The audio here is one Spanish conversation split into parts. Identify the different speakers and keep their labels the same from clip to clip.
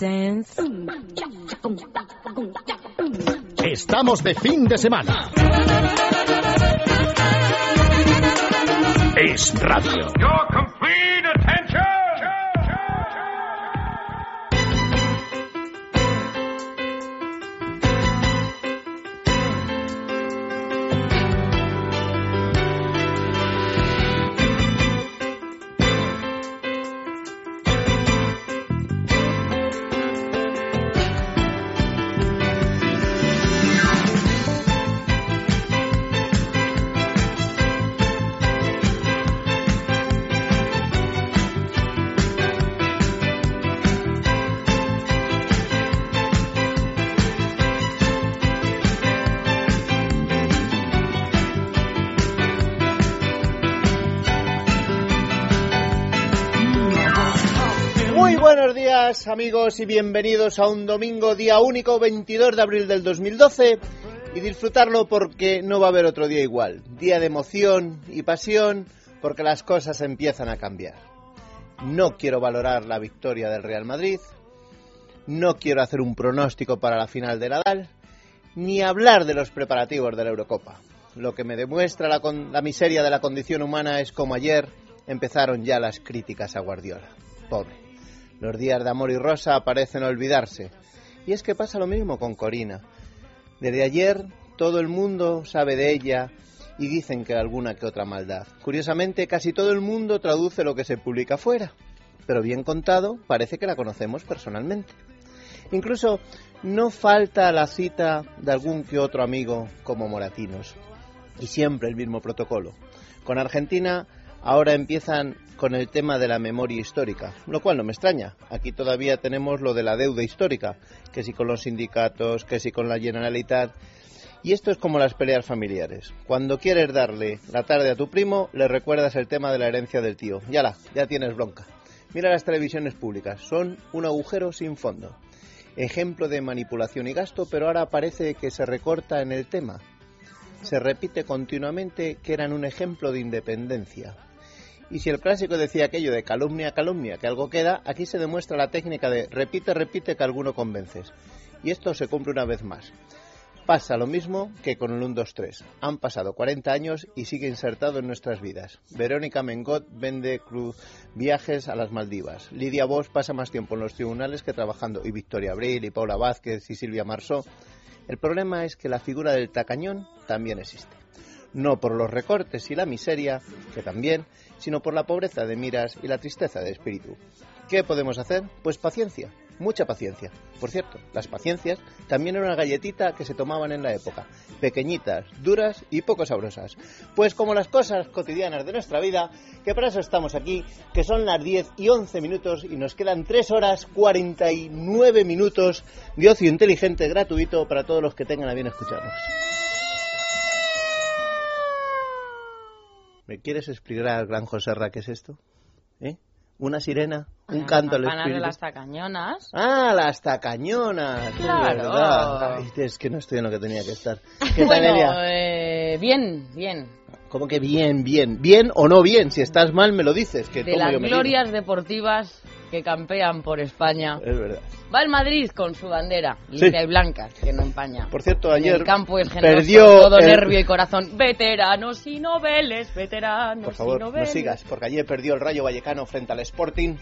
Speaker 1: Dance.
Speaker 2: Estamos de fin de semana. Es radio.
Speaker 3: Your complete attention!
Speaker 4: Muy buenos días amigos y bienvenidos a un domingo día único 22 de abril del 2012 y disfrutarlo porque no va a haber otro día igual, día de emoción y pasión porque las cosas empiezan a cambiar. No quiero valorar la victoria del Real Madrid, no quiero hacer un pronóstico para la final de Nadal, ni hablar de los preparativos de la Eurocopa. Lo que me demuestra la, con- la miseria de la condición humana es como ayer empezaron ya las críticas a Guardiola. Pobre. Los días de amor y rosa parecen olvidarse. Y es que pasa lo mismo con Corina. Desde ayer todo el mundo sabe de ella y dicen que alguna que otra maldad. Curiosamente, casi todo el mundo traduce lo que se publica fuera. Pero bien contado, parece que la conocemos personalmente. Incluso no falta la cita de algún que otro amigo como Moratinos. Y siempre el mismo protocolo. Con Argentina ahora empiezan con el tema de la memoria histórica, lo cual no me extraña. Aquí todavía tenemos lo de la deuda histórica, que si con los sindicatos, que si con la Generalitat. Y esto es como las peleas familiares. Cuando quieres darle la tarde a tu primo, le recuerdas el tema de la herencia del tío. Y ala, ya tienes bronca. Mira las televisiones públicas, son un agujero sin fondo ejemplo de manipulación y gasto, pero ahora parece que se recorta en el tema. Se repite continuamente que eran un ejemplo de independencia. Y si el clásico decía aquello de calumnia, calumnia, que algo queda, aquí se demuestra la técnica de repite, repite, que alguno convences. Y esto se cumple una vez más. Pasa lo mismo que con el 1-2-3. Han pasado 40 años y sigue insertado en nuestras vidas. Verónica Mengot vende cruz viajes a las Maldivas. Lidia Vos pasa más tiempo en los tribunales que trabajando. Y Victoria Abril, y Paula Vázquez, y Silvia Marsó. El problema es que la figura del tacañón también existe. No por los recortes y la miseria, que también, sino por la pobreza de miras y la tristeza de espíritu. ¿Qué podemos hacer? Pues paciencia, mucha paciencia. Por cierto, las paciencias también eran una galletita que se tomaban en la época. Pequeñitas, duras y poco sabrosas. Pues como las cosas cotidianas de nuestra vida, que para eso estamos aquí, que son las 10 y 11 minutos y nos quedan 3 horas 49 minutos de ocio inteligente gratuito para todos los que tengan a bien escucharnos. ¿Me quieres explicar, Gran José Ra, qué es esto? ¿Eh? ¿Una sirena? ¿Un canto al
Speaker 1: La campana de
Speaker 4: espíritu?
Speaker 1: las tacañonas.
Speaker 4: Ah, las tacañonas. es
Speaker 1: Claro.
Speaker 4: verdad. Ay, es que no estoy en lo que tenía que estar. ¿Qué tal,
Speaker 1: Bueno,
Speaker 4: Elia?
Speaker 1: eh, bien, bien.
Speaker 4: ¿Cómo que bien, bien? ¿Bien o no bien? Si estás mal, me lo dices. Que
Speaker 1: De
Speaker 4: cómo
Speaker 1: las
Speaker 4: yo me
Speaker 1: glorias deportivas que campean por España.
Speaker 4: libro. Es verdad.
Speaker 1: Va el Madrid con su bandera,
Speaker 4: Sí.
Speaker 1: lisa y blanca, que no empaña.
Speaker 4: Por cierto,
Speaker 1: En
Speaker 4: ayer
Speaker 1: el campo es generoso,
Speaker 4: perdió
Speaker 1: todo
Speaker 4: el-
Speaker 1: nervio y corazón. Veteranos y noveles, veteranos
Speaker 4: Por
Speaker 1: y
Speaker 4: favor, no
Speaker 1: noveles.
Speaker 4: sigas, porque ayer perdió el Rayo Vallecano frente al Sporting.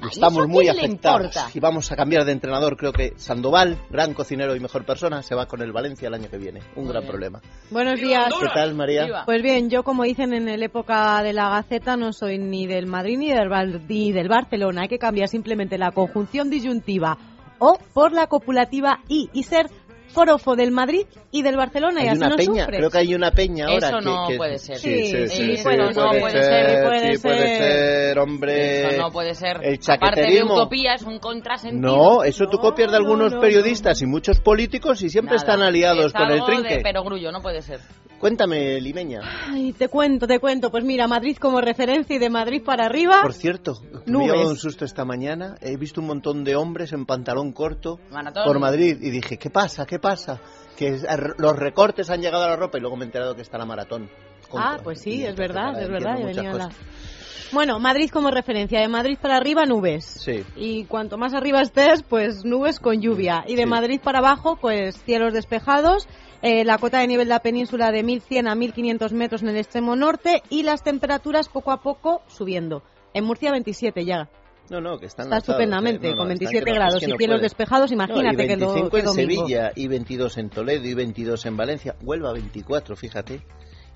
Speaker 1: Ay, ¿eso
Speaker 4: Estamos
Speaker 1: a
Speaker 4: muy
Speaker 1: quién le
Speaker 4: afectados.
Speaker 1: importa?
Speaker 4: Y vamos a cambiar de entrenador. Creo que Sandoval, gran cocinero y mejor persona, se va con el Valencia el año que viene. Un
Speaker 1: Muy
Speaker 4: gran
Speaker 1: bien.
Speaker 4: problema.
Speaker 5: Buenos días.
Speaker 4: ¿Qué tal, María?
Speaker 1: Viva.
Speaker 5: Pues bien, yo como dicen en el época de la Gaceta, no soy ni del Madrid ni del, Val- ni del Barcelona. Hay que cambiar simplemente la conjunción disyuntiva o por la copulativa y y ser forofo del Madrid y del Barcelona y
Speaker 4: Hay
Speaker 5: así
Speaker 4: una
Speaker 5: no
Speaker 4: peña,
Speaker 5: sufres.
Speaker 4: creo que hay una peña ahora
Speaker 1: Eso
Speaker 4: que,
Speaker 1: no
Speaker 4: que-
Speaker 1: puede ser.
Speaker 4: Sí, sí, sí,
Speaker 5: Sí,
Speaker 4: sí,
Speaker 1: sí, bueno, no,
Speaker 4: puede,
Speaker 1: puede
Speaker 4: ser,
Speaker 1: ser,
Speaker 4: sí, puede ser, hombre.
Speaker 1: Eso no puede ser.
Speaker 4: Eh,
Speaker 1: Aparte
Speaker 4: El
Speaker 1: de
Speaker 4: chaqueterismo.
Speaker 1: utopía, es un contrasentido.
Speaker 4: No, eso tú
Speaker 5: No,
Speaker 4: copias de
Speaker 5: no,
Speaker 4: algunos
Speaker 5: no,
Speaker 4: periodistas y muchos políticos y siempre
Speaker 1: Nada.
Speaker 4: están aliados
Speaker 1: Es
Speaker 4: con el
Speaker 1: algo de
Speaker 4: trinque.
Speaker 1: perogrullo, no puede ser.
Speaker 4: Cuéntame, Limeña.
Speaker 5: Ay, te cuento, te cuento. Pues mira, Madrid como referencia y de Madrid para arriba.
Speaker 4: Por cierto, me
Speaker 5: Ah, Nubes.
Speaker 4: he llevado un susto esta mañana. He visto un montón de hombres en pantalón corto
Speaker 1: Maratón.
Speaker 4: por Madrid y dije, ¿qué pasa? ¿Qué pasa? Que es- los recortes han llegado a la ropa y luego me he enterado que está la maratón.
Speaker 5: Ah, pues sí,
Speaker 4: Y
Speaker 5: es
Speaker 4: entonces,
Speaker 5: verdad,
Speaker 4: ahora
Speaker 5: es verdad,
Speaker 4: entiendo
Speaker 5: ya
Speaker 4: muchas
Speaker 5: venía la-
Speaker 4: cosas.
Speaker 5: Bueno, Madrid como referencia. De Madrid para arriba, nubes.
Speaker 4: Sí.
Speaker 5: Y cuanto más arriba estés, pues nubes con lluvia. Y de
Speaker 4: Sí.
Speaker 5: Madrid para abajo, pues cielos despejados. eh, la cota de nivel de la península de 1.100 a 1.500 metros en el extremo norte. Y las temperaturas poco a poco subiendo. En Murcia 27 ya.
Speaker 4: No, no, que están
Speaker 5: Está
Speaker 4: lanzados,
Speaker 5: estupendamente,
Speaker 4: eh, no, no,
Speaker 5: con
Speaker 4: están
Speaker 5: 27
Speaker 4: que no,
Speaker 5: grados
Speaker 4: es que
Speaker 5: y
Speaker 4: no
Speaker 5: cielos
Speaker 4: pueden.
Speaker 5: despejados.
Speaker 4: No, y
Speaker 5: Imagínate que lo-
Speaker 4: 25
Speaker 5: que
Speaker 4: en
Speaker 5: domingo.
Speaker 4: Sevilla y 22 en Toledo y 22 en Valencia. Huelva 24, fíjate.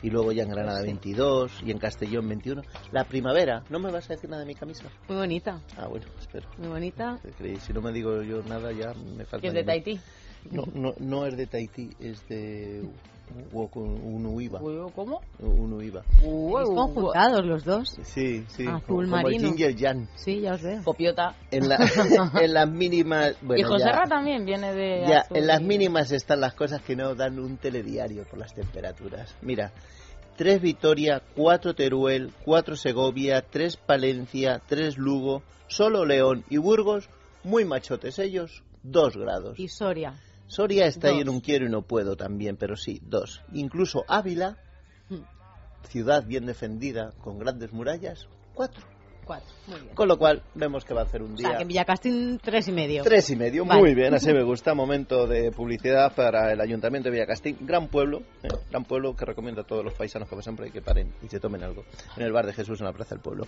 Speaker 4: Y luego ya en Granada 22 y en Castellón 21. La primavera. ¿No me vas a decir nada de mi camisa?
Speaker 5: Muy bonita,
Speaker 4: Ah, bueno, espero.
Speaker 5: muy bonita.
Speaker 4: Te creí. Si no me digo yo nada ya me falta...
Speaker 1: Que es de
Speaker 4: ningún-
Speaker 1: Tahití.
Speaker 4: No, no, no es de Tahití, es de Woku- Unuiba.
Speaker 1: Uy, ¿Cómo?
Speaker 4: Unuiba.
Speaker 1: Uy,
Speaker 5: Están
Speaker 1: uy,
Speaker 5: conjuntados los dos.
Speaker 4: Sí, sí.
Speaker 5: Azul
Speaker 4: como- como
Speaker 5: marino.
Speaker 4: el yin y el yang.
Speaker 5: Sí, ya os veo.
Speaker 1: Copiota.
Speaker 4: En, la, en las mínimas... Bueno,
Speaker 1: y José
Speaker 4: ya-
Speaker 1: también viene de.
Speaker 4: Ya,
Speaker 1: azul.
Speaker 4: en las mínimas están las cosas que no dan un telediario por las temperaturas. Mira, 3 Vitoria, 4 Teruel, 4 Segovia, 3 Palencia, 3 Lugo, solo León y Burgos, muy machotes ellos, 2 grados.
Speaker 5: Y Soria.
Speaker 4: Soria está ahí en
Speaker 5: dos.
Speaker 4: un quiero y no puedo también, pero sí, 2. Incluso Ávila,
Speaker 5: Hmm.
Speaker 4: ciudad bien defendida, con grandes murallas, 4.
Speaker 5: Cuatro. Muy bien.
Speaker 4: Con lo cual, vemos que va a hacer un
Speaker 5: O
Speaker 4: día...
Speaker 5: sea, que en Villacastín tres y medio.
Speaker 4: Tres y medio,
Speaker 5: Vale.
Speaker 4: muy bien, así me gusta. Momento de publicidad para el Ayuntamiento de Villacastín. Gran pueblo, eh, gran pueblo que recomiendo a todos los paisanos que pasan por ahí que paren y se tomen algo. En el bar de Jesús, en la Plaza del Pueblo.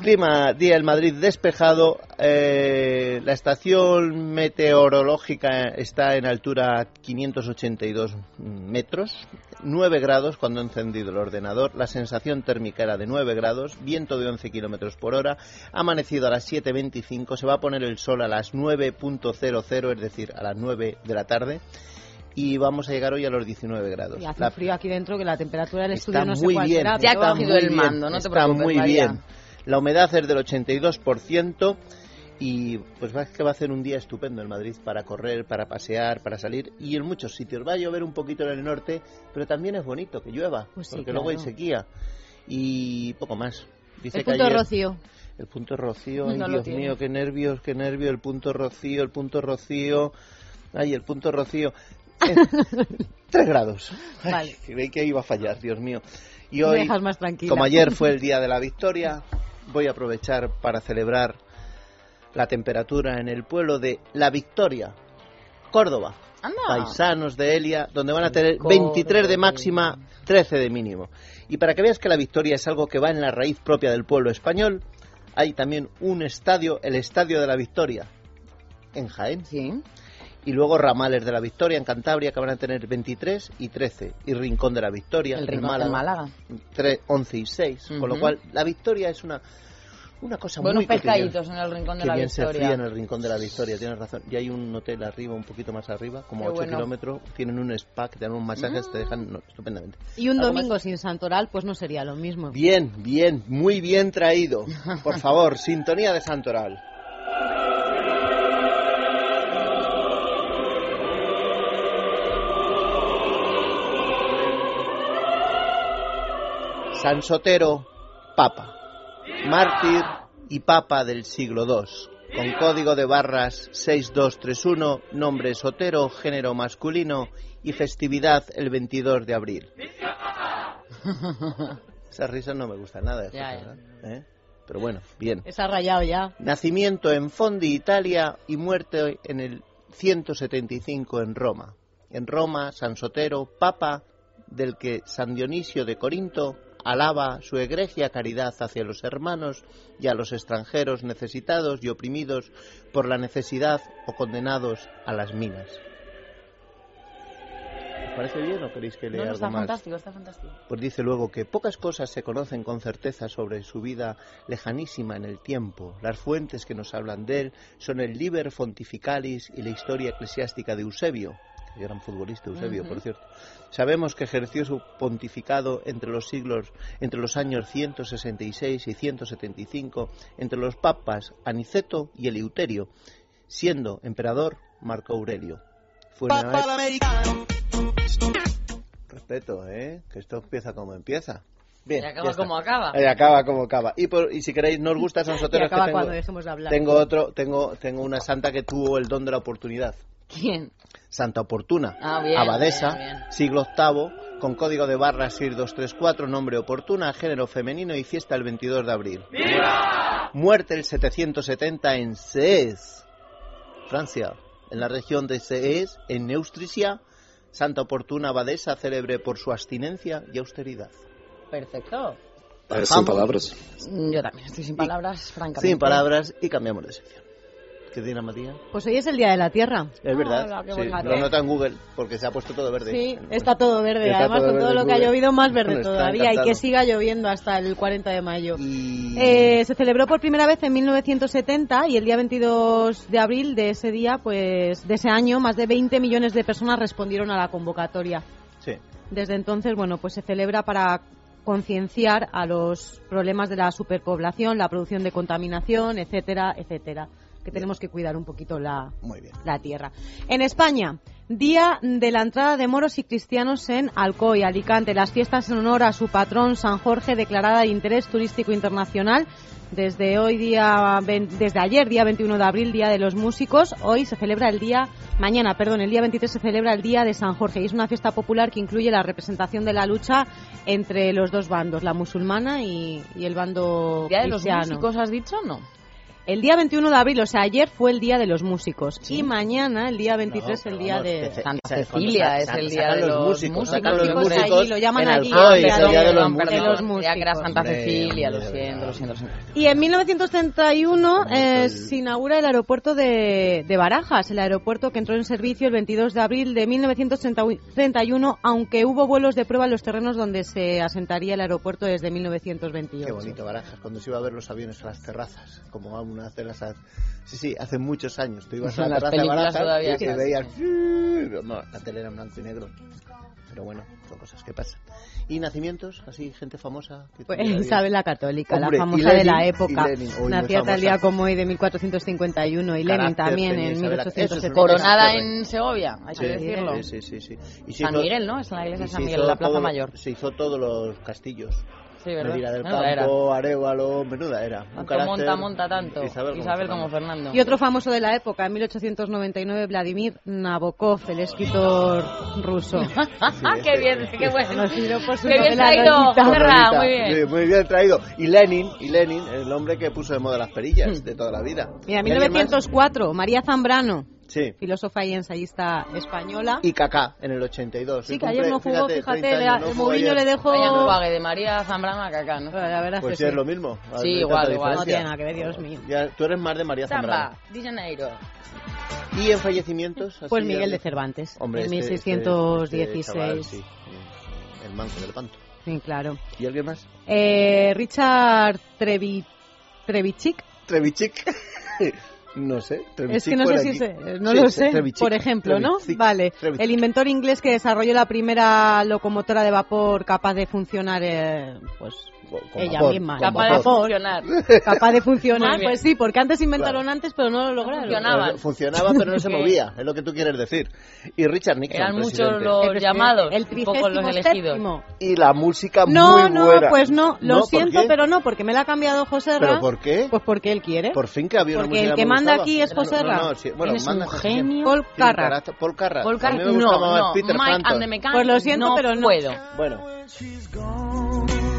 Speaker 4: Clima, día en Madrid despejado. eh, la estación meteorológica está en altura 582 metros. 9 grados cuando he encendido el ordenador. La sensación térmica era de 9 grados. Viento de 11 kilómetros por hora. Ha amanecido a las 7.25. Se va a poner el sol a las 9.00, es decir, a las 9 de la tarde. Y vamos a llegar hoy a los 19 grados.
Speaker 5: Y hace
Speaker 4: La-
Speaker 5: frío aquí dentro que la temperatura del
Speaker 4: Está
Speaker 5: estudio no
Speaker 4: muy
Speaker 5: sé cuál
Speaker 4: bien,
Speaker 5: será,
Speaker 1: Ya ha
Speaker 5: pero
Speaker 4: está
Speaker 5: vamos.
Speaker 1: cogido
Speaker 4: muy
Speaker 1: el
Speaker 4: bien,
Speaker 1: mando, no te
Speaker 4: está
Speaker 1: preocupes,
Speaker 4: muy
Speaker 1: María.
Speaker 4: bien. La humedad es del 82% y pues va, que va a hacer un día estupendo en Madrid para correr, para pasear, para salir y en muchos sitios. Va a llover un poquito en el norte, pero también es bonito que llueva,
Speaker 5: Pues sí,
Speaker 4: porque luego hay
Speaker 5: claro.
Speaker 4: sequía y poco más. Dice
Speaker 5: El
Speaker 4: que
Speaker 5: punto
Speaker 4: ayer-
Speaker 5: rocío.
Speaker 4: el punto rocío,
Speaker 1: No
Speaker 4: ay,
Speaker 1: lo
Speaker 4: Dios
Speaker 1: tiene.
Speaker 4: mío, qué nervios, qué nervios, el punto rocío, el punto rocío, ay, el punto rocío. Eh, Tres grados. Ay,
Speaker 5: Vale.
Speaker 4: creí que iba a fallar, Dios mío. Y
Speaker 5: Me
Speaker 4: hoy,
Speaker 5: dejas más tranquila.
Speaker 4: como ayer fue el día de la victoria, voy a aprovechar para celebrar la temperatura en el pueblo de La Victoria, Córdoba.
Speaker 1: Anda.
Speaker 4: Paisanos de Elia, donde van a tener
Speaker 1: Córdoba.
Speaker 4: 23 de máxima, 13 de mínimo. Y para que veas que la victoria es algo que va en la raíz propia del pueblo español, hay también un estadio, el Estadio de la Victoria, en Jaén.
Speaker 1: Sí.
Speaker 4: Y luego Ramales de la Victoria, en Cantabria, que van a tener 23 y 13. Y Rincón de la Victoria,
Speaker 1: El
Speaker 4: en
Speaker 1: rincón de
Speaker 4: Málaga,
Speaker 1: Málaga.
Speaker 4: 3, 11 y 6. Con lo
Speaker 1: Ujú.
Speaker 4: cual, la victoria es una, una cosa
Speaker 1: Buenos
Speaker 4: muy pequeña.
Speaker 1: pescaditos en el rincón de
Speaker 4: Que
Speaker 1: la
Speaker 4: bien se fría
Speaker 1: victoria.
Speaker 4: en el rincón de la Victoria, tienes razón. Y hay un hotel arriba, un poquito más arriba, como
Speaker 1: Qué
Speaker 4: 8
Speaker 1: bueno. Ah.
Speaker 4: kilómetros. Tienen un spa, que te dan un masaje, te dejan no, estupendamente.
Speaker 5: Y un
Speaker 4: ¿Algo más?
Speaker 5: domingo sin Santoral, pues no sería lo mismo.
Speaker 4: Bien, bien, muy bien traído. Por favor, sintonía de Santoral. San Sotero, Papa, mártir y Papa del siglo II, con código de barras 6231, nombre Sotero, género masculino y festividad el 22 de abril. Esas risas no me gustan nada. José,
Speaker 1: Ya, ya.
Speaker 4: ¿verdad? ¿Eh? Pero bueno, bien.
Speaker 5: Se ha rayado ya.
Speaker 4: Nacimiento en Fondi, Italia, y muerte en el 175 en Roma. En Roma, San Sotero, papa del que San Dionisio de Corinto alaba su egregia caridad hacia los hermanos y a los extranjeros necesitados y oprimidos por la necesidad o condenados a las minas. ¿Os parece bien o queréis que
Speaker 1: No, no,
Speaker 4: lea algo
Speaker 1: está
Speaker 4: más?
Speaker 1: fantástico, está fantástico.
Speaker 4: Pues dice luego que pocas cosas se conocen con certeza sobre su vida lejanísima en el tiempo. Las fuentes que nos hablan de él son el Liber Pontificalis y la historia eclesiástica de Eusebio, que gran futbolista Eusebio, por cierto. Sabemos que ejerció su pontificado entre los siglos, entre los años 166 y 175, entre los papas Aniceto y Eleuterio, siendo emperador Marco Aurelio. Fue una ep- Respeto, ¿eh? Que esto empieza como empieza. Bien.
Speaker 1: Y
Speaker 4: ya
Speaker 1: acaba
Speaker 4: está.
Speaker 1: como acaba.
Speaker 4: Eh, acaba como acaba. Y, por- y si queréis, no os gusta San
Speaker 5: Y
Speaker 4: Sotero, es que
Speaker 5: acaba
Speaker 4: tengo,
Speaker 5: cuando dejemos de hablar.
Speaker 4: tengo otro, tengo, tengo una santa que tuvo el don de la oportunidad.
Speaker 1: ¿Quién?
Speaker 4: Santa Oportuna,
Speaker 1: Ah, bien,
Speaker 4: abadesa,
Speaker 1: bien, bien.
Speaker 4: siglo VIII, con código de barra SIR234, nombre oportuna, género femenino y fiesta el 22 de abril. Muerte el 770 en Sees, Francia, en la región de Sees, en Neustrisia. Santa oportuna abadesa célebre por su abstinencia y austeridad.
Speaker 1: Perfecto.
Speaker 6: Eh, sin palabras.
Speaker 1: Mm, Yo también estoy sin palabras, francamente.
Speaker 4: Sin palabras y cambiamos de sección. ¿Qué tiene Matías?
Speaker 5: Pues hoy es el Día de la Tierra. Ah,
Speaker 4: Es verdad.
Speaker 1: Ah, Hola, qué
Speaker 4: sí,
Speaker 1: bonito.
Speaker 4: lo nota en Google porque se ha puesto todo verde.
Speaker 5: Sí, está todo verde.
Speaker 4: Está
Speaker 5: Además,
Speaker 4: todo
Speaker 5: con todo
Speaker 4: verde,
Speaker 5: lo que ha
Speaker 4: Google.
Speaker 5: llovido, más verde
Speaker 4: Está
Speaker 5: todavía. Y
Speaker 4: encantado.
Speaker 5: que siga lloviendo hasta el 40 de mayo.
Speaker 4: Y-
Speaker 5: Eh, se celebró por primera vez en 1970 y el día 22 de abril de ese día, pues de ese año, más de 20 millones de personas respondieron a la convocatoria.
Speaker 4: Sí.
Speaker 5: Desde entonces, bueno, pues se celebra para concienciar a los problemas de la superpoblación, la producción de contaminación, etcétera, etcétera, que tenemos que cuidar un poquito la,
Speaker 4: Muy bien.
Speaker 5: la tierra. En España, día de la entrada de moros y cristianos en Alcoy, Alicante. Las fiestas en honor a su patrón San Jorge, declarada de interés turístico internacional. Desde hoy día, vein- desde ayer, día 21 de abril, día de los músicos. Hoy se celebra el día, mañana, perdón, el día 23 se celebra el día de San Jorge. Y es una fiesta popular que incluye la representación de la lucha entre los dos bandos, la musulmana y, y el bando
Speaker 1: ¿Día de los
Speaker 5: cristiano.
Speaker 1: músicos has dicho no?
Speaker 5: El día 21 de abril, o sea, ayer fue el día de los músicos. Y mañana, el día 23,
Speaker 4: No,
Speaker 5: el
Speaker 4: pero
Speaker 5: día
Speaker 4: vamos,
Speaker 5: de.
Speaker 4: que se-
Speaker 1: Santa
Speaker 4: que se-
Speaker 1: Cecilia
Speaker 4: saca-
Speaker 1: es el
Speaker 4: saca-
Speaker 1: día
Speaker 4: sacan
Speaker 1: de los
Speaker 4: músicos,
Speaker 1: músicos.
Speaker 4: sacan los
Speaker 5: Músicos
Speaker 4: músicos
Speaker 5: allí, lo llaman
Speaker 4: en
Speaker 5: allí,
Speaker 4: Alcoy,
Speaker 5: el día
Speaker 4: es el día
Speaker 5: de-
Speaker 4: de los
Speaker 5: perdón,
Speaker 4: músicos.
Speaker 5: de los
Speaker 1: Creía que era Santa
Speaker 4: Hombre,
Speaker 1: Cecilia, lo
Speaker 4: hombre, de
Speaker 1: siento,
Speaker 4: verdad.
Speaker 1: lo siento, lo siento.
Speaker 5: Y en 1931 eh,
Speaker 4: El-
Speaker 5: se inaugura el aeropuerto de, de Barajas, el aeropuerto que entró en servicio el 22 de abril de 1931, aunque hubo vuelos de prueba en los terrenos donde se asentaría el aeropuerto desde 1928.
Speaker 4: Qué bonito Barajas, cuando se iba a ver los aviones a las terrazas, como a una de las... Sí, sí, hace muchos años. Tú ibas a
Speaker 1: En
Speaker 4: la
Speaker 1: las
Speaker 4: terraza de
Speaker 1: películas
Speaker 4: Barajas
Speaker 1: todavía
Speaker 4: y te
Speaker 1: se hace,
Speaker 4: veías... No, la tele era en blanco y negro. Pero bueno, son cosas que pasan. ¿Y nacimientos? Así, gente famosa. que
Speaker 5: Pues,
Speaker 4: tuviera
Speaker 5: Isabel la Católica,
Speaker 4: Hombre, y
Speaker 5: la famosa
Speaker 4: Lenin,
Speaker 5: de la
Speaker 4: y
Speaker 5: época.
Speaker 4: Lenin. Uy, muy
Speaker 5: Nacía
Speaker 4: famosa.
Speaker 5: tal día como hoy de 1451 y Lenin
Speaker 4: Carácter
Speaker 5: también
Speaker 4: tenía
Speaker 5: en
Speaker 4: Isabel la- eso es
Speaker 5: 1870.
Speaker 4: una
Speaker 1: Coronada
Speaker 4: Sí.
Speaker 1: en Segovia, hay que
Speaker 4: Sí,
Speaker 1: decirlo.
Speaker 4: Sí, sí, sí, sí. Y se
Speaker 1: San
Speaker 4: hizo-
Speaker 1: Miguel, ¿no? Es en la
Speaker 4: y
Speaker 1: iglesia de
Speaker 4: se
Speaker 1: San Miguel,
Speaker 4: hizo
Speaker 1: la Plaza
Speaker 4: todo-
Speaker 1: Mayor.
Speaker 4: Se hizo todos los castillos.
Speaker 1: Sí, ¿verdad?
Speaker 4: Medina del
Speaker 1: Menuda era.
Speaker 4: Campo, Arevalo, menuda era. Un
Speaker 1: Tanto
Speaker 4: carácter-
Speaker 1: monta, monta tanto. Isabel, como
Speaker 4: Fernando.
Speaker 1: Fernando.
Speaker 5: Y otro famoso de la época, en 1899, Vladimir Nabokov, el escritor ruso.
Speaker 1: Ah, qué bien, qué bueno.
Speaker 5: Conocido por su
Speaker 1: Qué bien
Speaker 5: novela
Speaker 1: traído,
Speaker 5: Lolita.
Speaker 1: Ferra,
Speaker 4: Lolita,
Speaker 1: muy bien.
Speaker 4: Muy bien traído. Y Lenin, y Lenin, el hombre que puso de moda las
Speaker 1: Hmm.
Speaker 4: perillas de toda la vida.
Speaker 5: Mira,
Speaker 4: ¿Y alguien más?
Speaker 5: 1904, María Zambrano,
Speaker 4: Sí.
Speaker 5: filósofa y ensayista española.
Speaker 4: Y Kaká en el 82.
Speaker 5: Sí,
Speaker 4: Y
Speaker 5: que ayer
Speaker 4: cumple,
Speaker 5: no jugó, fíjate,
Speaker 4: 30 años,
Speaker 5: le-
Speaker 4: no jugó
Speaker 5: Mourinho
Speaker 4: ayer.
Speaker 5: le dejó...
Speaker 1: Vaya no pague de María Zambrano a Cacá, ¿no?
Speaker 5: Bueno, la verdad
Speaker 4: Pues
Speaker 5: que
Speaker 4: sí, es
Speaker 5: sí.
Speaker 4: lo mismo.
Speaker 1: Sí,
Speaker 4: No hay
Speaker 1: igual,
Speaker 4: tanta
Speaker 1: igual.
Speaker 4: diferencia.
Speaker 5: No tiene nada que ver, Dios mío.
Speaker 4: Ya, tú eres más de María Zambrano.
Speaker 1: Zamba, de Janeiro.
Speaker 4: ¿Y en fallecimientos? Así
Speaker 5: Pues
Speaker 4: ya-
Speaker 5: Miguel de Cervantes,
Speaker 4: Hombre,
Speaker 5: en
Speaker 4: este- este-
Speaker 5: 1616.
Speaker 4: este chaval, sí. El manco del panto.
Speaker 5: Sí, claro.
Speaker 4: ¿Y alguien más?
Speaker 5: Eh, Richard Trevi... Trevichik,
Speaker 4: Trevichik. no sé. Trevichik
Speaker 5: es que no
Speaker 4: por
Speaker 5: sé si
Speaker 4: aquí.
Speaker 5: se, eh, no
Speaker 4: Sí,
Speaker 5: lo
Speaker 4: tre-
Speaker 5: sé,
Speaker 4: Trevichik,
Speaker 5: por ejemplo, ¿no?
Speaker 4: Trevichik,
Speaker 5: Vale,
Speaker 4: Trevichik.
Speaker 5: el inventor inglés que desarrolló la primera locomotora de vapor capaz de funcionar, eh, pues
Speaker 4: Con
Speaker 5: Ella
Speaker 4: vapor,
Speaker 5: misma.
Speaker 4: con
Speaker 1: Capaz de
Speaker 4: vapor.
Speaker 1: funcionar.
Speaker 5: capaz de
Speaker 1: Muy
Speaker 5: funcionar,
Speaker 1: bien.
Speaker 5: pues sí, porque antes inventaron antes, pero no lo
Speaker 1: funcionaba.
Speaker 5: lograron.
Speaker 1: funcionaban.
Speaker 4: Eh, Funcionaba, pero no se
Speaker 1: Sí.
Speaker 4: movía, es lo que tú quieres decir. Y Richard Nixon.
Speaker 1: Eran muchos
Speaker 4: presidente.
Speaker 1: los
Speaker 5: El presidente-
Speaker 1: llamados,
Speaker 5: el
Speaker 1: un poco los elegidos.
Speaker 5: 37º.
Speaker 4: Y la música
Speaker 5: No,
Speaker 4: muy
Speaker 5: no,
Speaker 4: buena.
Speaker 5: pues no, lo
Speaker 4: ¿No? ¿Por
Speaker 5: siento,
Speaker 4: qué?
Speaker 5: pero no, porque me la ha cambiado José
Speaker 4: ¿Pero por qué?
Speaker 5: Pues porque él quiere.
Speaker 4: Por fin que había una
Speaker 5: Porque
Speaker 4: música
Speaker 5: el que
Speaker 4: me
Speaker 5: manda
Speaker 4: gustaba.
Speaker 5: aquí es Joserra.
Speaker 4: No, no, sí. Bueno,
Speaker 1: Eres
Speaker 4: manda
Speaker 1: un genio.
Speaker 5: Paul Carra.
Speaker 4: Carra. Paul Carra.
Speaker 1: Volcar,
Speaker 4: A mí me
Speaker 1: no,
Speaker 4: gustaba más
Speaker 1: no.
Speaker 4: Peter
Speaker 1: Mike
Speaker 4: Frampton.
Speaker 1: and the Mechanics,
Speaker 5: Pues lo siento,
Speaker 1: no
Speaker 5: pero no.
Speaker 1: puedo.
Speaker 4: Bueno,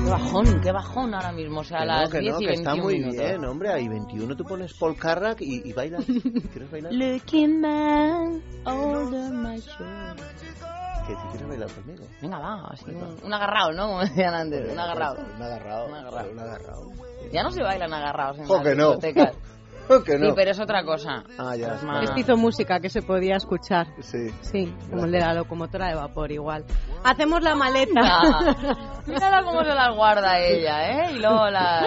Speaker 1: Qué bajón, qué bajón ahora mismo. O sea, a
Speaker 4: que
Speaker 1: las
Speaker 4: no, que
Speaker 1: 10
Speaker 4: no,
Speaker 1: y
Speaker 4: que
Speaker 1: 21
Speaker 4: está muy
Speaker 1: minutos.
Speaker 4: bien, hombre. Ahí 21 tú pones Paul Carrack y, y bailas. ¿Quieres bailar?
Speaker 1: Looking back over my shoulder.
Speaker 4: ¿Que si quieres bailar conmigo?
Speaker 1: Venga, va, así un, un agarrado, ¿no? Como decían antes, un agarrado.
Speaker 4: Un agarrado.
Speaker 1: Un agarrado.
Speaker 4: Un agarrado.
Speaker 1: Ya no se bailan agarrados en
Speaker 4: Jo,
Speaker 1: las
Speaker 4: que no.
Speaker 1: discotecas.
Speaker 4: ¿Por qué
Speaker 1: Sí,
Speaker 4: no?
Speaker 1: pero es otra cosa.
Speaker 4: Ah, ya.
Speaker 1: Es más-
Speaker 5: Este hizo música que se podía escuchar.
Speaker 4: Sí.
Speaker 5: Sí, como el de la locomotora de vapor, igual. Hacemos la maleta.
Speaker 1: Ah, Mírala cómo se las guarda ella, ¿eh? Y luego la...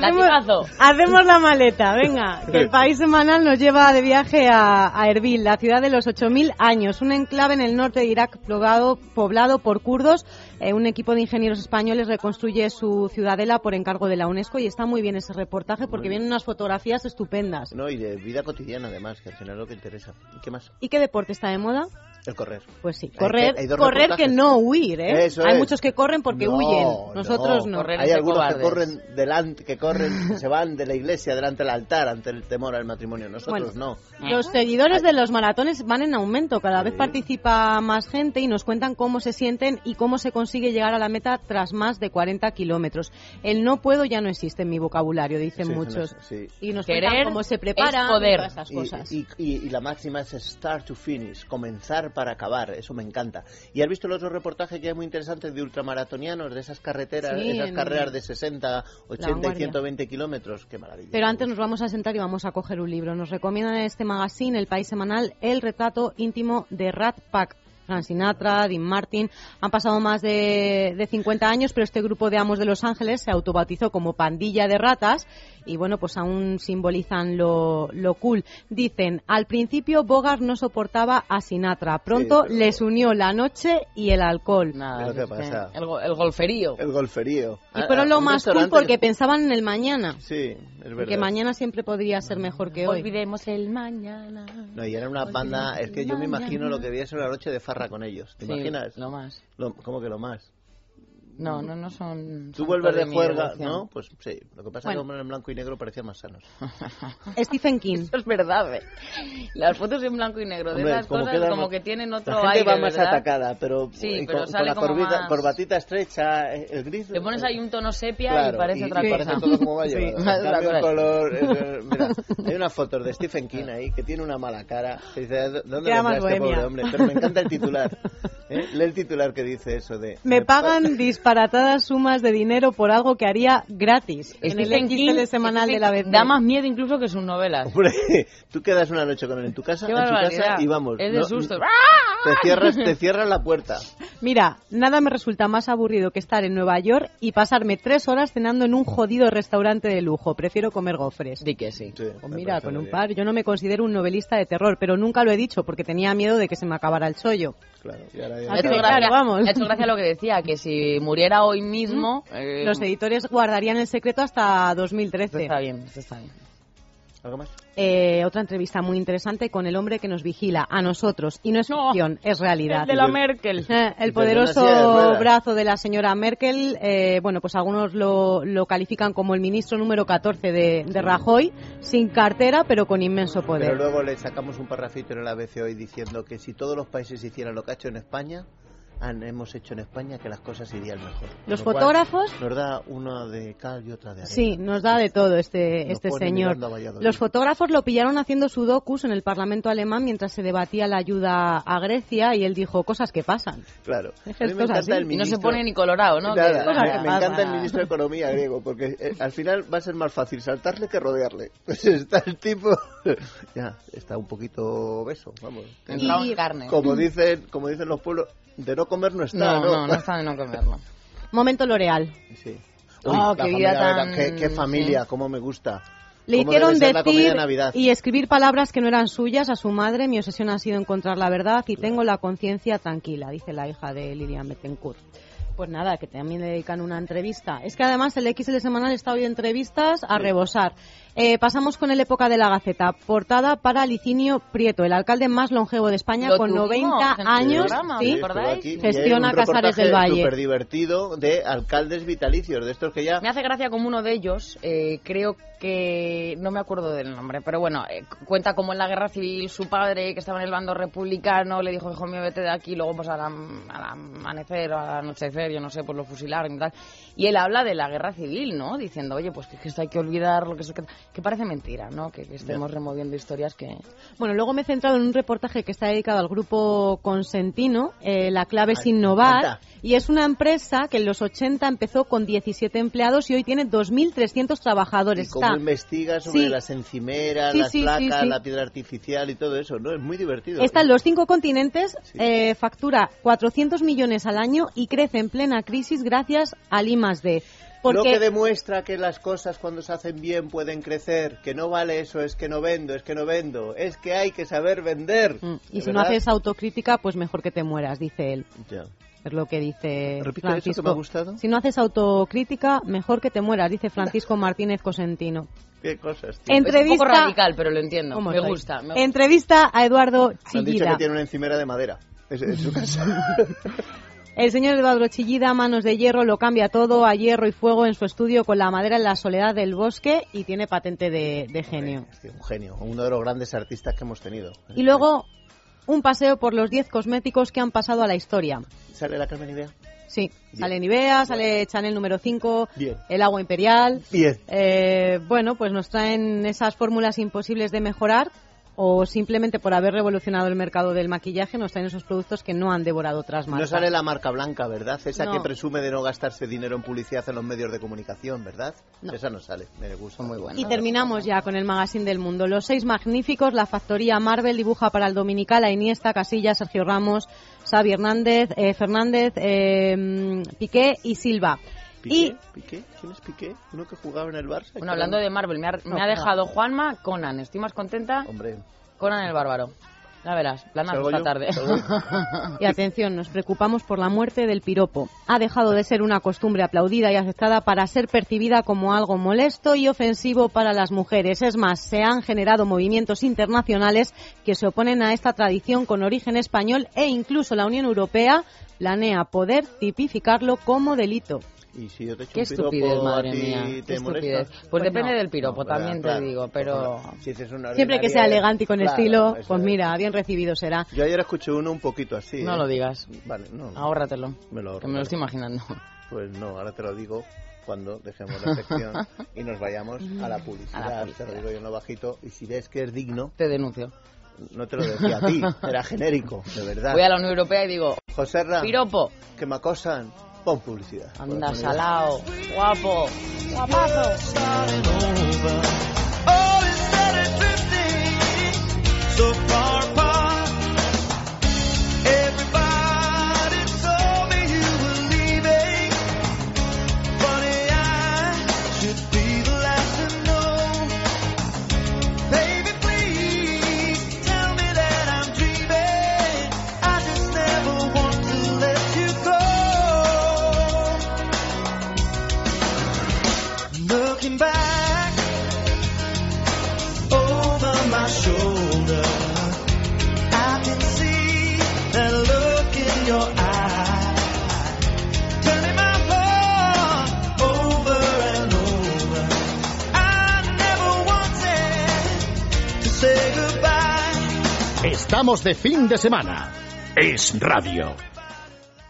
Speaker 1: Latigazo.
Speaker 5: Hacemos, hacemos la maleta, venga. Que el país semanal nos lleva de viaje a, a Erbil, la ciudad de los 8.000 años, un enclave en el norte de Irak poblado, poblado por kurdos. Eh, un equipo de ingenieros españoles reconstruye su ciudadela por encargo de la UNESCO y está muy bien ese reportaje porque vienen unas fotografías estupendas.
Speaker 4: No, y de vida cotidiana además, que al final es lo que interesa. ¿Y qué más?
Speaker 5: ¿Y qué deporte está de moda?
Speaker 4: El correr.
Speaker 5: Pues sí,
Speaker 4: que-
Speaker 5: correr,
Speaker 4: hay
Speaker 5: correr
Speaker 4: dos
Speaker 5: que
Speaker 4: reportajes.
Speaker 5: no huir, ¿eh?
Speaker 4: Eso
Speaker 5: hay
Speaker 4: es.
Speaker 5: muchos que corren porque
Speaker 4: No,
Speaker 5: huyen, nosotros no.
Speaker 1: Correr.
Speaker 4: Hay
Speaker 1: es de
Speaker 4: algunos que
Speaker 1: cobardes.
Speaker 4: corren delante, que corren, se van de la iglesia delante del altar ante el temor al matrimonio. Nosotros
Speaker 5: Bueno.
Speaker 4: no.
Speaker 5: Los seguidores de los maratones van en aumento, cada vez participa más gente y nos cuentan cómo se sienten y cómo se consigue llegar a la meta tras más de 40 kilómetros. El no puedo ya no existe en mi vocabulario, dicen
Speaker 4: Sí,
Speaker 5: muchos.
Speaker 4: sí.
Speaker 5: Y nos
Speaker 1: Querer
Speaker 5: cuentan cómo se
Speaker 1: es
Speaker 5: preparan y
Speaker 1: poder.
Speaker 5: todas esas
Speaker 4: Y,
Speaker 5: cosas.
Speaker 4: y- y- y la máxima es start to finish, comenzar para acabar, eso me encanta. ¿Y has visto el otro reportaje que es muy interesante de ultramaratonianos, de esas carreteras,
Speaker 5: Sí,
Speaker 4: esas
Speaker 5: en
Speaker 4: carreras de 60, 80 y
Speaker 5: vanguardia.
Speaker 4: 120 kilómetros? Qué maravilla.
Speaker 5: Pero antes nos vamos a sentar y vamos a coger un libro. Nos recomiendan en este magazine, El País Semanal, el retrato íntimo de Rat Pack. Frank Sinatra, Dean Martin, han pasado más de, de 50 años, pero este grupo de amos de Los Ángeles se autobatizó como pandilla de ratas y bueno, pues aún simbolizan lo, lo cool. Dicen, al principio Bogart no soportaba a Sinatra, pronto
Speaker 4: Sí, pero-
Speaker 5: les unió la noche y el alcohol.
Speaker 1: Nada,
Speaker 4: Pero ¿qué
Speaker 1: es que
Speaker 4: pasa?
Speaker 1: El, go- el golferío.
Speaker 4: El golferío.
Speaker 5: Y
Speaker 4: Ah,
Speaker 5: fueron
Speaker 4: ah,
Speaker 5: lo
Speaker 4: un
Speaker 5: más cool
Speaker 4: restaurante
Speaker 5: porque
Speaker 4: que-
Speaker 5: pensaban en el mañana,
Speaker 4: Sí, es
Speaker 5: porque
Speaker 4: verdad.
Speaker 5: mañana siempre podría ser mejor
Speaker 1: Pues
Speaker 5: que hoy.
Speaker 1: Olvidemos el mañana.
Speaker 4: No, y era una banda, es que yo me imagino lo que debía ser una noche de farra con ellos. ¿Te
Speaker 1: Sí,
Speaker 4: imaginas?
Speaker 1: Lo más.
Speaker 4: Lo- ¿Cómo que lo más?
Speaker 1: No, no, no son.
Speaker 4: Tú
Speaker 1: son
Speaker 4: vuelves
Speaker 1: todo
Speaker 4: de
Speaker 1: mi
Speaker 4: juerga,
Speaker 1: devoción.
Speaker 4: ¿no? Pues sí, lo que pasa es que
Speaker 5: Bueno.
Speaker 4: hombres en blanco y negro parecían más sanos.
Speaker 5: Stephen King.
Speaker 1: Eso es verdad, ¿eh? Las fotos en blanco y negro de
Speaker 4: Hombre,
Speaker 1: esas
Speaker 4: como
Speaker 1: cosas
Speaker 4: quedan-
Speaker 1: como que tienen otro
Speaker 4: La gente
Speaker 1: aire,
Speaker 4: va más
Speaker 1: ¿verdad?
Speaker 4: atacada, pero,
Speaker 1: Sí,
Speaker 4: y
Speaker 1: pero
Speaker 4: con, con
Speaker 1: sale
Speaker 4: la
Speaker 1: como
Speaker 4: corbita-
Speaker 1: más-
Speaker 4: corbatita estrecha, eh, el gris.
Speaker 1: Le pones ahí un tono sepia
Speaker 4: Claro,
Speaker 1: y parece otra cosa.
Speaker 4: parece todo como va
Speaker 1: Sí,
Speaker 4: llevado. En
Speaker 1: es otra
Speaker 4: cambio,
Speaker 1: cosa.
Speaker 4: el color, eh, eh, mira, hay unas fotos de Stephen King ahí que tiene una mala cara. Se dice, "¿De ¿dónde vendrá
Speaker 5: Queda más
Speaker 4: este
Speaker 5: bohemia".
Speaker 4: pobre hombre? Pero me encanta el titular. ¿eh? Lee el titular que dice eso de...
Speaker 5: Me
Speaker 4: de-
Speaker 5: pagan disparatadas sumas de dinero por algo que haría gratis. En el
Speaker 1: Stephen King-
Speaker 5: XTV semanal de la
Speaker 1: Stephen
Speaker 5: vez.
Speaker 1: King Da más miedo incluso que sus novelas.
Speaker 4: Hombre, tú quedas una noche con él en tu casa,
Speaker 1: Qué
Speaker 4: en tu casa
Speaker 1: barbaridad.
Speaker 4: y vamos.
Speaker 1: Es de
Speaker 4: no- Mm.
Speaker 1: susto. ¡Ah!
Speaker 4: Te cierras, te cierras la puerta.
Speaker 5: Mira, nada me resulta más aburrido que estar en Nueva York y pasarme tres horas cenando en un jodido restaurante de lujo. Prefiero comer gofres.
Speaker 1: Di que sí.
Speaker 4: Sí,
Speaker 5: Pues
Speaker 4: me
Speaker 5: mira,
Speaker 4: parece
Speaker 5: con
Speaker 4: muy
Speaker 5: un
Speaker 4: bien,
Speaker 5: par. Yo no me considero un novelista de terror, pero nunca lo he dicho porque tenía miedo de que se me acabara el chollo.
Speaker 4: Claro, y ahora
Speaker 5: Ha
Speaker 1: Ha
Speaker 4: ya-
Speaker 5: Así
Speaker 1: hecho,
Speaker 5: de
Speaker 1: gracia,
Speaker 5: claro, vamos.
Speaker 1: ha hecho gracia lo que decía, que si muriera hoy mismo... eh,
Speaker 5: Los editores guardarían el secreto hasta 2013.
Speaker 1: Está bien, esto está bien.
Speaker 4: ¿Algo más?
Speaker 5: Eh, otra entrevista muy interesante con el hombre que nos vigila, a nosotros. Y no es
Speaker 1: No.
Speaker 5: ficción, es realidad.
Speaker 1: El de la Merkel.
Speaker 4: Y
Speaker 5: Eh, El
Speaker 4: perdona, silla de
Speaker 5: poderoso
Speaker 4: ruedas.
Speaker 5: brazo de la señora Merkel, eh, bueno, pues algunos lo, lo califican como el ministro número 14 de, de Rajoy, sin cartera, pero con inmenso
Speaker 4: Pero
Speaker 5: poder.
Speaker 4: luego le sacamos un parrafito en el ABC hoy diciendo que si todos los países hicieran lo que ha hecho en España, han- hemos hecho en España que las cosas irían mejor.
Speaker 5: Los
Speaker 4: Con lo cual,
Speaker 5: fotógrafos,
Speaker 4: Nos da una de cal y otra de arena.
Speaker 5: sí, nos da de todo este,
Speaker 4: Nos
Speaker 5: este
Speaker 4: pone
Speaker 5: señor.
Speaker 4: mirando a Valladolid.
Speaker 5: Los fotógrafos lo pillaron haciendo sudokus en el Parlamento alemán mientras se debatía la ayuda a Grecia y él dijo cosas que pasan.
Speaker 4: Claro. A mí me
Speaker 5: Esto es
Speaker 4: encanta
Speaker 5: así.
Speaker 4: el
Speaker 1: Y no
Speaker 4: ministro.
Speaker 1: se pone ni colorado, ¿no?
Speaker 4: Nada,
Speaker 1: Que-
Speaker 5: Cosas
Speaker 4: me-
Speaker 5: que
Speaker 4: me,
Speaker 5: pasan.
Speaker 4: encanta el ministro de Economía griego, porque eh, al final va a ser más fácil saltarle que rodearle. Pues está el tipo... ya, está un poquito obeso, vamos.
Speaker 1: Entrado
Speaker 5: Y-
Speaker 1: en carne.
Speaker 4: Como dicen, como dicen los pueblos, de no comer no está,
Speaker 1: No,
Speaker 4: ¿no?
Speaker 1: no, no está de no comerlo.
Speaker 5: Momento L'Oreal.
Speaker 4: Sí.
Speaker 1: Oh,
Speaker 4: la
Speaker 1: qué vida
Speaker 4: familia,
Speaker 1: tan-
Speaker 4: verás, qué, qué familia, cómo me gusta.
Speaker 5: Le
Speaker 4: Cómo
Speaker 5: hicieron
Speaker 4: debe ser la comida
Speaker 5: decir
Speaker 4: de Navidad.
Speaker 5: y escribir palabras que no eran suyas a su madre. Mi obsesión ha sido encontrar la verdad y tengo la conciencia tranquila, dice la hija de Lilian Bettencourt. Pues nada, que también le dedican una entrevista. Es que además el XL semanal está hoy de entrevistas a rebosar. Eh, pasamos con el Época de la Gaceta. Portada para Licinio Prieto, el alcalde más longevo de España
Speaker 1: Lo
Speaker 5: con
Speaker 1: tuvimos
Speaker 5: 90
Speaker 1: en el
Speaker 5: años.
Speaker 1: programa,
Speaker 5: ¿sí?
Speaker 1: ¿os acordáis?
Speaker 4: estuvo aquí,
Speaker 5: Gestiona Casares del Valle.
Speaker 4: Súper divertido de alcaldes vitalicios, de estos que ya...
Speaker 1: Me hace gracia como uno de ellos, eh, creo que no me acuerdo del nombre, pero bueno, eh, cu- cuenta como en la guerra civil su padre, que estaba en el bando republicano, le dijo, hijo mío, vete de aquí, luego pues al, am- al amanecer o al anochecer, yo no sé, pues lo fusilaron y tal. Y él habla de la guerra civil, ¿no? Diciendo, oye, pues que, que esto hay que olvidarlo, que, eso, que, que parece mentira, ¿no? Que, que estemos removiendo historias que... pues,
Speaker 5: Bueno, luego me he centrado en un reportaje que está dedicado al grupo Consentino, eh, La clave es
Speaker 4: Ay, me
Speaker 5: innovar,
Speaker 4: encanta.
Speaker 5: y es una empresa que en los 80 empezó con 17 empleados y hoy tiene 2.300
Speaker 4: Y
Speaker 5: trabajadores.
Speaker 4: cómo
Speaker 5: Está-
Speaker 4: investiga sobre
Speaker 5: Sí.
Speaker 4: las encimeras,
Speaker 5: Sí,
Speaker 4: las
Speaker 5: sí, sí,
Speaker 4: placas,
Speaker 5: sí.
Speaker 4: la piedra artificial y todo eso, ¿no? Es muy divertido.
Speaker 5: Está en los cinco continentes,
Speaker 4: Sí.
Speaker 5: eh, factura 400 millones al año y crece en plena crisis gracias al I más
Speaker 4: Lo
Speaker 5: D.
Speaker 4: que
Speaker 5: Porque
Speaker 4: demuestra que las cosas cuando se hacen bien pueden crecer, que no vale eso, es que no vendo, es que no vendo, es que hay que saber vender.
Speaker 5: Mm, y
Speaker 4: ¿De
Speaker 5: si no
Speaker 4: verdad?
Speaker 5: haces autocrítica, pues mejor que te mueras, dice él.
Speaker 4: Ya.
Speaker 5: Es lo que
Speaker 4: Repite
Speaker 5: dice
Speaker 4: eso que
Speaker 5: Francisco.
Speaker 4: me ha gustado.
Speaker 5: Si no haces autocrítica, mejor que te mueras, dice Francisco Martínez Cosentino.
Speaker 4: Qué cosas, tío.
Speaker 5: Entre-
Speaker 1: Es un poco
Speaker 5: Entrevista-
Speaker 1: radical, pero lo entiendo.
Speaker 5: ¿Cómo
Speaker 1: Me
Speaker 5: estáis?
Speaker 1: gusta. me-
Speaker 5: Entrevista a Eduardo
Speaker 4: Me han dicho
Speaker 5: Chillida.
Speaker 4: que tiene una encimera de madera. Es, es su casa.
Speaker 5: El señor Eduardo Chillida, manos de hierro, lo cambia todo a hierro y fuego en su estudio con la madera en la soledad del bosque y tiene patente de, de genio.
Speaker 4: Es un genio, uno de los grandes artistas que hemos tenido.
Speaker 5: Y luego un paseo por los 10 cosméticos que han pasado a la historia.
Speaker 4: ¿Sale la Carmen Idea?
Speaker 5: Sí, sale Nivea, sale Chanel número 5,
Speaker 4: Bien.
Speaker 5: el agua imperial.
Speaker 4: Bien.
Speaker 5: Eh, bueno, pues nos traen esas fórmulas imposibles de mejorar o simplemente por haber revolucionado el mercado del maquillaje nos traen esos productos que no han devorado otras
Speaker 4: No
Speaker 5: marcas.
Speaker 4: sale la marca blanca, ¿verdad? Esa
Speaker 5: No.
Speaker 4: que presume de no gastarse dinero en publicidad en los medios de comunicación, ¿verdad?
Speaker 5: No.
Speaker 4: Esa no sale, me gusta. Muy
Speaker 5: Y terminamos ya con el Magazine del Mundo. Los seis magníficos, la factoría Marvel dibuja para el Dominical a Iniesta, Casilla, Sergio Ramos, Xavi Hernández, eh, Fernández, eh, mm, Piqué y Silva.
Speaker 4: ¿Piqué?
Speaker 5: Y
Speaker 4: ¿Piqué? ¿Quién es Piqué? ¿Uno que jugaba en el Barça?
Speaker 1: Bueno, hablando de Marvel, me ha, me ha dejado Juanma Conan. Estoy más contenta.
Speaker 4: Hombre,
Speaker 1: Conan el bárbaro. Ya verás, planazo
Speaker 4: ¿salgo
Speaker 1: esta
Speaker 4: yo?
Speaker 1: tarde.
Speaker 4: ¿Salgo yo?
Speaker 5: Y atención, nos preocupamos por la muerte del piropo. Ha dejado de ser una costumbre aplaudida y aceptada para ser percibida como algo molesto y ofensivo para las mujeres. Es más, se han generado movimientos internacionales que se oponen a esta tradición con origen español e incluso la Unión Europea planea poder tipificarlo como delito.
Speaker 4: Y si yo te echo
Speaker 1: Qué
Speaker 4: un piropo
Speaker 1: estupidez, madre
Speaker 4: a ti,
Speaker 1: mía.
Speaker 4: ¿te
Speaker 1: Qué
Speaker 4: molesta?
Speaker 1: estupidez. Pues, depende
Speaker 5: no.
Speaker 1: del piropo,
Speaker 4: No,
Speaker 1: también
Speaker 4: claro,
Speaker 1: te digo, pero...
Speaker 4: claro. Si dices una
Speaker 5: Siempre que sea
Speaker 4: ordinaria,
Speaker 5: elegante y con
Speaker 4: claro,
Speaker 5: estilo,
Speaker 4: eso
Speaker 5: pues
Speaker 4: es.
Speaker 5: mira, bien recibido será.
Speaker 4: Yo ayer escuché uno un poquito así.
Speaker 1: No
Speaker 4: ¿eh?
Speaker 1: lo digas.
Speaker 4: Vale, no. no.
Speaker 1: Ahórratelo.
Speaker 4: Me lo ahorro,
Speaker 1: que me lo
Speaker 4: claro.
Speaker 1: estoy imaginando.
Speaker 4: Pues no, ahora te lo digo cuando dejemos la sección y nos vayamos a la publicidad. Te lo digo yo en lo bajito. Y si ves que es digno,
Speaker 1: Te denuncio.
Speaker 4: no te lo decía a ti, era genérico, de verdad.
Speaker 1: Voy a la Unión Europea y digo,
Speaker 4: José Ram,
Speaker 1: piropo,
Speaker 4: que me acosan, pon publicidad. Pues,
Speaker 1: anda
Speaker 4: Pon-
Speaker 1: salao, guapo, guapazo.
Speaker 6: Looking back over my shoulder, I can see that look in your eye. Turning my heart over and over. I never wanted to say goodbye.
Speaker 2: Estamos de fin de semana. Es radio.